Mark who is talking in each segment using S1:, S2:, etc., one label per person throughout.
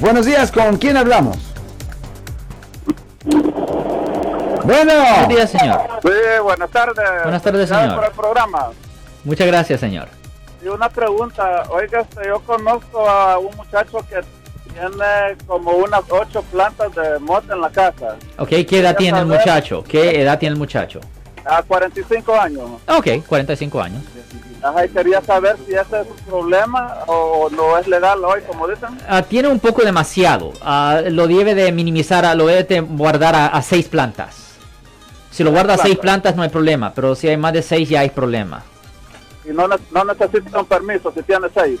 S1: Buenos días, ¿con quién hablamos? Bueno,
S2: Buenos días, señor.
S3: Sí, buenas tardes.
S2: Buenas tardes,
S3: Gracias
S2: señor.
S3: por el programa.
S2: Muchas gracias, señor.
S3: Y una pregunta. Oiga, este, yo conozco a un muchacho que tiene como unas ocho plantas de mota en la casa.
S2: Ok, ¿qué edad
S3: Ya
S2: tiene el
S3: sabrá.
S2: muchacho? ¿Qué edad tiene el muchacho?
S3: A 45 años.
S2: Ok, 45 años.
S3: Ajá, y quería saber si ese es un problema o no es legal hoy, como dicen.
S2: Ah, tiene un poco demasiado. Ah, lo debe de minimizar, a, lo debe de guardar a, a seis plantas. Si lo guarda a seis plantas no hay problema, pero si hay más de seis ya hay problema.
S3: Y no, ne- no necesita un permiso si tiene seis.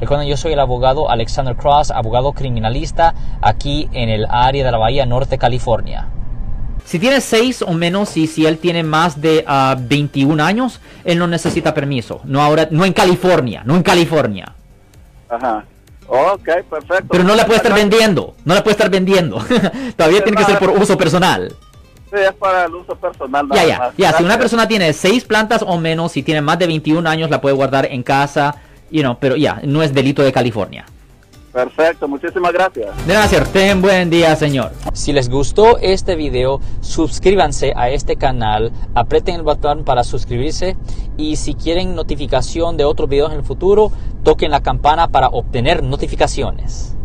S4: Recuerden, yo soy el abogado Alexander Cross, abogado criminalista aquí en el área de la Bahía Norte, California.
S2: Si tiene 6 o menos y si él tiene más de ah, 21 años, él no necesita permiso. No ahora, no en California, no en California.
S3: Ajá. Ok, perfecto.
S2: Pero no la puede estar
S3: vendiendo.
S2: vendiendo, no la puede estar vendiendo. Todavía tiene que ser por uso personal.
S3: Sí, es para el uso personal.
S2: Ya,
S3: nada
S2: ya,
S3: más.
S2: ya. Si una
S3: Gracias.
S2: persona tiene 6 plantas o menos y tiene más de 21 años, la puede guardar en casa, you know, pero ya, no es delito de California.
S3: Perfecto, muchísimas gracias.
S2: Gracias, ten buen día, señor.
S4: Si les gustó este video, suscríbanse a este canal, aprieten el botón para suscribirse y si quieren notificación de otros videos en el futuro, toquen la campana para obtener notificaciones.